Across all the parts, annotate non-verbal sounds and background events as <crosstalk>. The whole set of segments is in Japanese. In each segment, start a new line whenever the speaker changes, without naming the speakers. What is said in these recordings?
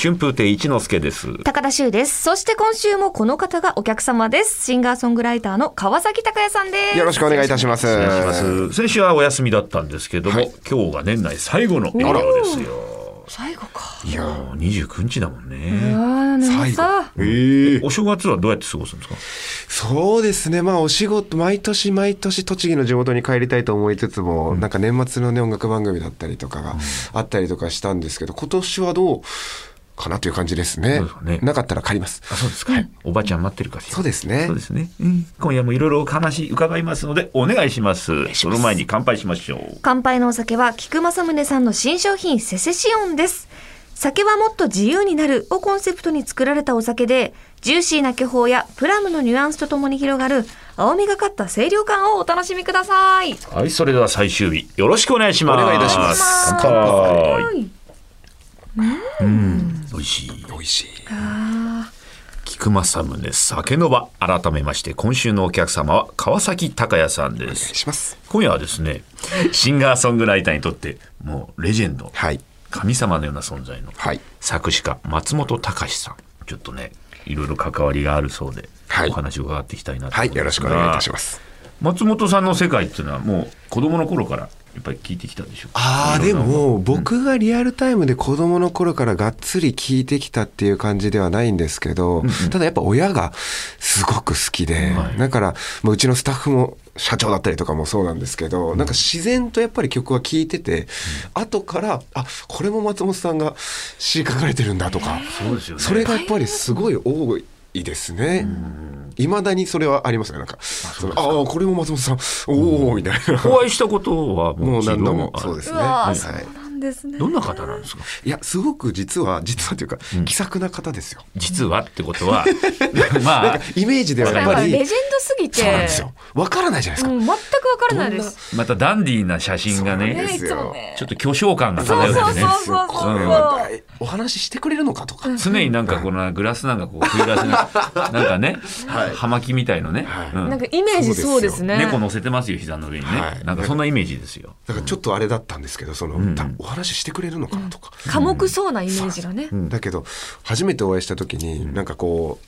春風亭一之輔です。
高田修です。そして今週もこの方がお客様です。シンガーソングライターの川崎拓也さんです。
よろしくお願いいたします。
お願いします先週はお休みだったんですけども、
はい
今日が年内最後の営業ですよ。
最後か。
いや
もう29日だもん
あ
ね。
ーなん
最
かさ
後。ええ
お正月はどうやって過ごすんですか
そうですね。まあお仕事、毎年毎年栃木の地元に帰りたいと思いつつも、なんか年末のね、音楽番組だったりとかがあったりとかしたんですけど、今年はどうかなという感じですね。
そうですね
なかったら帰ります。
あそうですか、おばあちゃん待ってるかしら
そうですね
そうですね、うん今夜もいろいろお話伺いますのでお願いしますその前に乾杯しましょう
乾杯のお酒は菊正宗さんの新商品セセシオンです。酒はもっと自由になるをコンセプトに作られたお酒で、ジューシーな巨峰やプラムのニュアンスとともに広がる青みがかった清涼感をお楽しみください。
はいそれでは最終日よろしくお願いします
お願いいたします
乾杯
はい
美味しい
美味しい。
菊正宗酒の場改めまして今週のお客様は川崎隆也さんです
します。
今夜はですねシンガーソングライターにとってもうレジェンド
はい。
神様のような存在の
はい。
作詞家松本隆さんちょっとねいろいろ関わりがあるそうで、
はい
お話を伺っていきたいなと
は
思
い。よろしくお願いいたします。
松本さんの世界っていうのはもう子供の頃からやっぱり聞いてきたんでしょうか
ああ
い
で
ろんな
も僕がリアルタイムで子供の頃からがっつり聞いてきたっていう感じではないんですけど、ただやっぱ親がすごく好きで、
はい
だからまあうちのスタッフも社長だったりとかもそうなんですけど、なんか自然とやっぱり曲は聴いてて、後からあこれも松本さんが詩書かれてるんだとか、
そうですよね
それがやっぱりすごい多いですね。いまだにそれはありますねなんかそのああこれも松本さんおおみたいな、
お会いしたことは <laughs> も
も
う
う何度も
一
そうですね
うわー、そ
はいう
なんですね。
どんな方なんですか
いや、すごく実は、実はというか、気さくな方ですよ。
実はってこと
<laughs>
はま
な
あ
んかイメージではやっ
やっぱ
ぱ
レジェン
り
ド、すぎて。
そうなんですよ。わからないじゃないですか。
うん全くわからないです。
またダンディーな写真が
そうなん
ね
ですよ
ちょっと巨匠感が
そう
漂
そう
っ
そう
てね
そう
こ
そう
れ
そ
はお話ししてくれるのかとか。
常になんかこのグラスなんかこう振り出し <laughs> ななんかね、葉巻みたいのね、
はいう
う。
ん
なんかイメージそうですね。
猫乗せてますよ膝の上にね、
はい
なんかそんなイメージですよ。
だからちょっとあれだったんですけど、その、
ん
たお話ししてくれるのかなとか。
寡黙そうなイメージがね。
だけど、初めてお会いした時に、なんかこ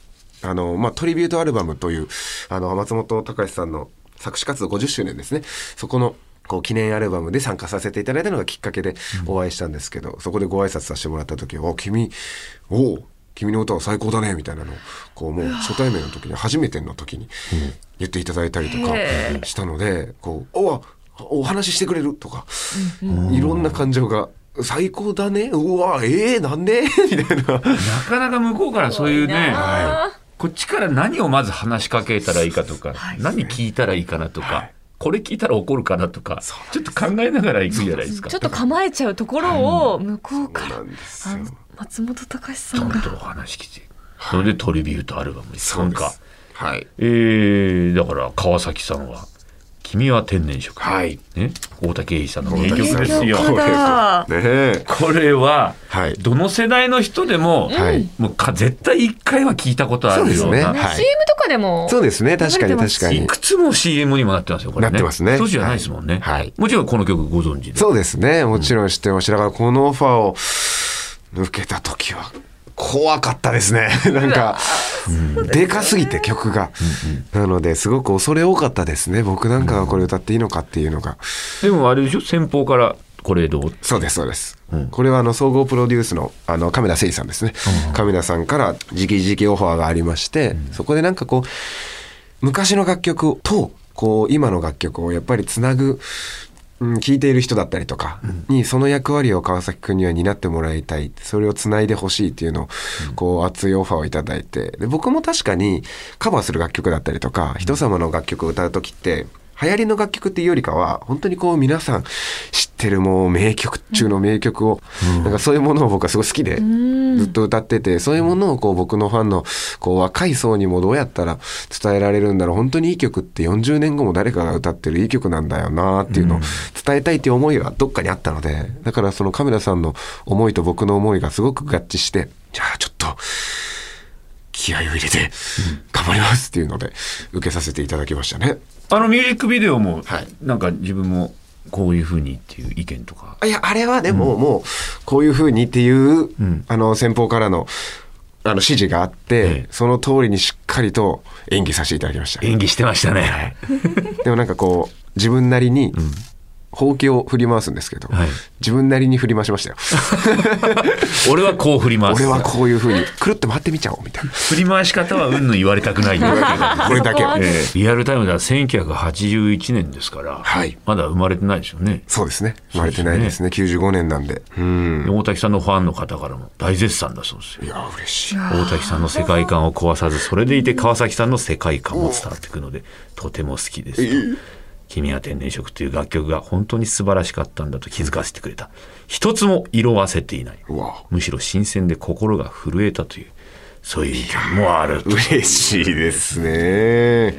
う、あの、まあ、トリビュートアルバムという、あの、松本隆さんの作詞活動50周年ですね。そこの、こう記念アルバムで参加させていただいたのがきっかけでお会いしたんですけど、そこでご挨拶させてもらった時は「お君おう君の歌は最高だね」みたいなのをこうもう初対面の時に初めての時に言っていただいたりとか
へ
したので「こうおわお話ししてくれる」とか、いろんな感情が「最高だねうわええなんで?」みたいな。
なかなか向こうからそういうね、
すごいな
はいこっちから何をまず話しかけたらいいかとか、何聞いたらいいかなとか、これ聞いたら怒るかなとか、ちょっと考えながら行くじゃないですか。
ちょっと構えちゃうところを向こうか
な
ら
んです
あ
よ
の松本隆
ち
さ
ゃ
ん
ん
が
とお話聞いて、それでトリビュートアルバムに参加。
はい
えー、だから川崎さんは「君は天然色」
はい
ね、大竹栄一さんの名曲です
名
よ。
曲だ
ねえ
これは、
はい
どの世代の人でも、
はい
もうか絶対一回は聞いたことあるような。
そうですねはい
CM とかでも
そうですね確かに確か
い
に
くつも CM にもなってますよ、これね。
なってますね
当時じゃないですもんね。
はいはい
もちろんこの曲ご存知で。
そうですね。もちろん知ってました。だからこのオファーを受けた時は怖かったですね。 <laughs> なんか、でかすぎて曲が。なので、すごく恐れ多かったですね。僕なんかがこれ歌っていいのかっていうのが。
でもあれでしょ、先方からこれどう
そうです、そうです。
うん
これはあの総合プロデュースのあの亀田誠一さんですね、亀田さんから直々オファーがありまして、そこでなんかこう昔の楽曲とこう今の楽曲をやっぱりつなぐうん聴いている人だったりとかにその役割を川崎君には担ってもらいたいそれをつないでほしいっていうのをこう熱いオファーをいただいてで僕も確かにカバーする楽曲だったりとか人様の楽曲を歌う時って流行りの楽曲っていうよりかは本当にこう皆さん知ってるもう名曲中の名曲を、なんかそういうものを僕はすごい好きでずっと歌っててそういうものをこう僕のファンのこう若い層にもどうやったら伝えられるんだろう本当にいい曲って40年後も誰かが歌ってるいい曲なんだよなっていうのを伝えたいっていう思いがどっかにあったのでだからそのカメラさんの思いと僕の思いがすごく合致してじゃあちょっと。気合を入れて頑張りますっていうので受けさせていただきましたね。
あのミュージックビデオも、
はい
なんか自分もこういうふうにっていう意見とか。
いや、あれはでも、もう、こういうふうにっていう、
ん
あの、先方からの、あの、指示があって、
ええ
その通りにしっかりと演技させていただきました。
演技してましたね。
でもなんかこう、自分なりに、ほうきを振り回すんですけど、
はい
自分なりに振り回しましたよ。
<laughs> 俺はこう振り回す。
俺はこういうふうに、くるって回ってみちゃおう、みたいな。
振り回し方はうんぬん言われたくないんだけど
<laughs> これだけは。
ええリアルタイムでは1981年ですから、
はい
まだ生まれてないですよね。
そうですね。生まれてないですね。95年なんで。うん。
大滝さんのファンの方からも大絶賛だそうですよ。
いや、嬉しい。
大滝さんの世界観を壊さずそれでいて川崎さんの世界観も伝わってくるのでとても好きですと「君は天然色」という楽曲が本当に素晴らしかったんだと気づかせてくれた一つも色あせていないう
わ。
むしろ新鮮で心が震えたというそういう意見もあると
<laughs> 嬉しいですね。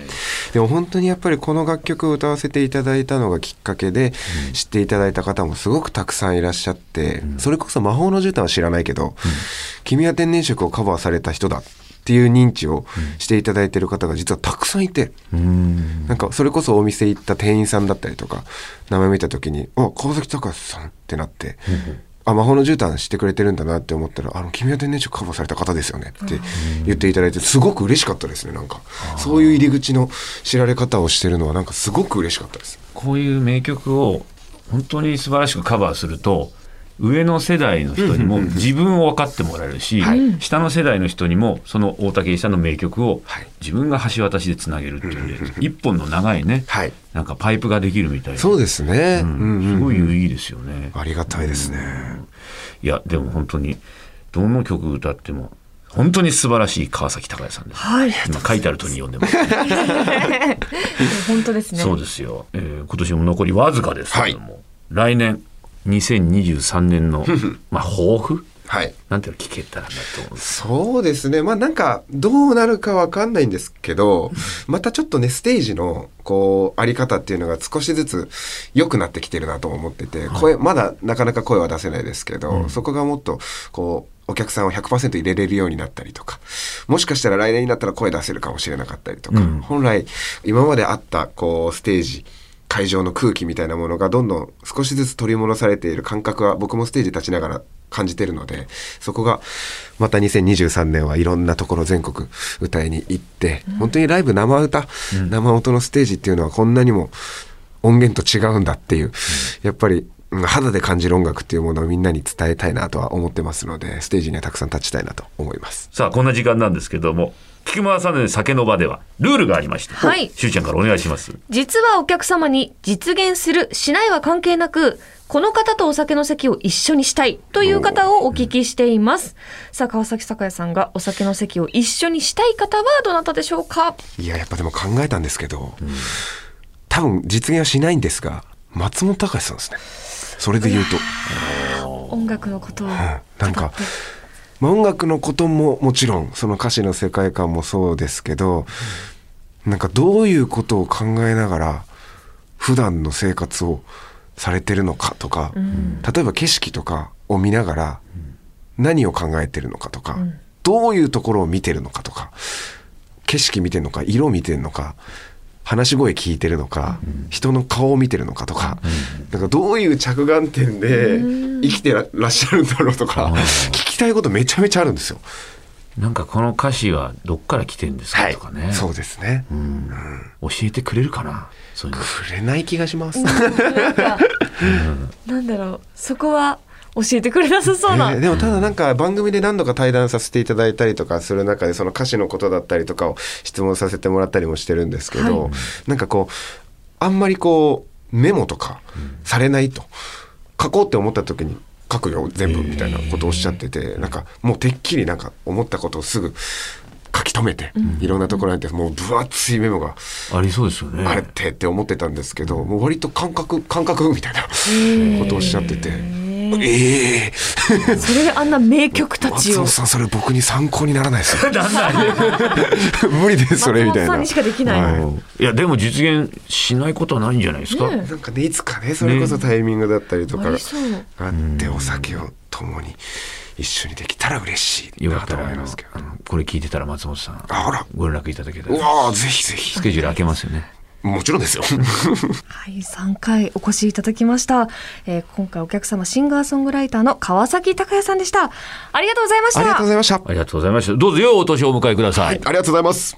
でも本当にやっぱりこの楽曲を歌わせていただいたのがきっかけで知っていただいた方もすごくたくさんいらっしゃって、それこそ魔法の絨毯は知らないけど、君は天然色をカバーされた人だっていう認知をしていただいてる方が実はたくさんいて、
うん
なんかそれこそお店行った店員さんだったりとか、名前見た時に、あ、川崎隆さんってなって、あ、魔法の絨毯してくれてるんだなって思ったら、あの、君は天然色カバーされた方ですよねって言っていただいて、すごく嬉しかったですね、なんか。そういう入り口の知られ方をしてるのは、なんかすごく嬉しかったです。
こういう名曲を本当に素晴らしくカバーすると上の世代の人にも自分を分かってもらえるし、下の世代の人にもその大竹さんの名曲を
はい
自分が橋渡しでつなげるっていうね一本の長いね、
はい
なんかパイプができるみたいな
そうですね。うん
うん
うん
すごい有意義ですよね。
ありがたいですね。
いやでも本当にどの曲歌っても本当に素晴らしい川崎隆也さんです。
はい。
今書いてあるとに読んでます。
本当ですね。
そうですよ、えー今年も残りわずかですけども、来年2023年の <laughs> まあ抱負
はい。
なんていうの聞けたらなと思うんです
そうですね。まあなんか、どうなるかわかんないんですけど、またちょっとね、ステージの、こう、あり方っていうのが少しずつ良くなってきてるなと思ってて、声、まだなかなか声は出せないですけど、そこがもっと、こう、お客さんを100%入れれるようになったりとか、もしかしたら来年になったら声出せるかもしれなかったりとか、
うん
本来、今まであった、こう、ステージ、会場の空気みたいなものがどんどん少しずつ取り戻されている感覚は僕もステージ立ちながら感じてるのでそこがまた2023年はいろんなところ全国歌いに行って、本当にライブ生歌、生音のステージっていうのはこんなにも音源と違うんだっていう、やっぱりうん肌で感じる音楽っていうものをみんなに伝えたいなとは思ってますのでステージにはたくさん立ちたいなと思います。
さあこんな時間なんですけども菊間さんの酒の場ではルールがありまして、
はい
しゅうちゃんからお願いします
実はお客様に実現する、しないは関係なく、この方とお酒の席を一緒にしたいという方をお聞きしています。さあ、川崎酒屋さんがお酒の席を一緒にしたい方はどなたでしょうか
いややっぱでも考えたんですけど、多分実現はしないんですが松本隆さんですねそれで言うと、
音楽のことを。
なんか、まあ、音楽のことももちろんその歌詞の世界観もそうですけど、なんかどういうことを考えながら普段の生活をされてるのかとか、例えば景色とかを見ながら何を考えてるのかとか、どういうところを見てるのかとか景色見てるのか色見てるのか話し声聞いてるのか、人の顔を見てるのかとか、なんかどういう着眼点で生きてららっしゃるんだろうとか、聞きたいことめちゃめちゃあるんですよ。
なんかこの歌詞はどっから来てんですかとかね、
そうですね。
うん教えてくれるかなそういうの
くれない気がします。
なんか、なんだろう、そこは教えてくれなさそうな。
えーでもただなんか番組で何度か対談させていただいたりとかする中でその歌詞のことだったりとかを質問させてもらったりもしてるんですけど、
は
なんかこうあんまりこうメモとかされないと書こうって思った時に書くよ全部みたいなことをおっしゃってて、なんかもうてっきりなんか思ったことをすぐ書き留めて、いろんなところにあってもう分厚いメモが
ありそうですよね
あれってって思ってたんですけど、もう割と感覚感覚みたいなことをおっしゃってて。ええ
それであんな名曲たちを
松本。さんそれ僕に参考にならな
<laughs>
いですよ
なんだ
無理ですそれみた
松本
いな
さんにしかできない
はい
いやでも実現しないことはないんじゃないですか、
ね
なんかねいつかねそれこそタイミングだったりとか
あ
が
りそう
あってお酒を共に一緒にできたら嬉しい
よか
な
っ
と
たら
思
あ
いま
の
すけど
あのこれ聞いてたら松本さん
あほら
ご連絡いただけた
う
ら
わーぜひぜひ
スケジュール開けますよね
もちろん <laughs> ですよ。
はい、3回お越しいただきました、えー今回お客様シンガーソングライターの川崎孝也さんでしたありがとうございまし
ありがとうご
た
ざいました。
ありがとうございました。どうぞ良いお年をお迎えください
ありがとうございます。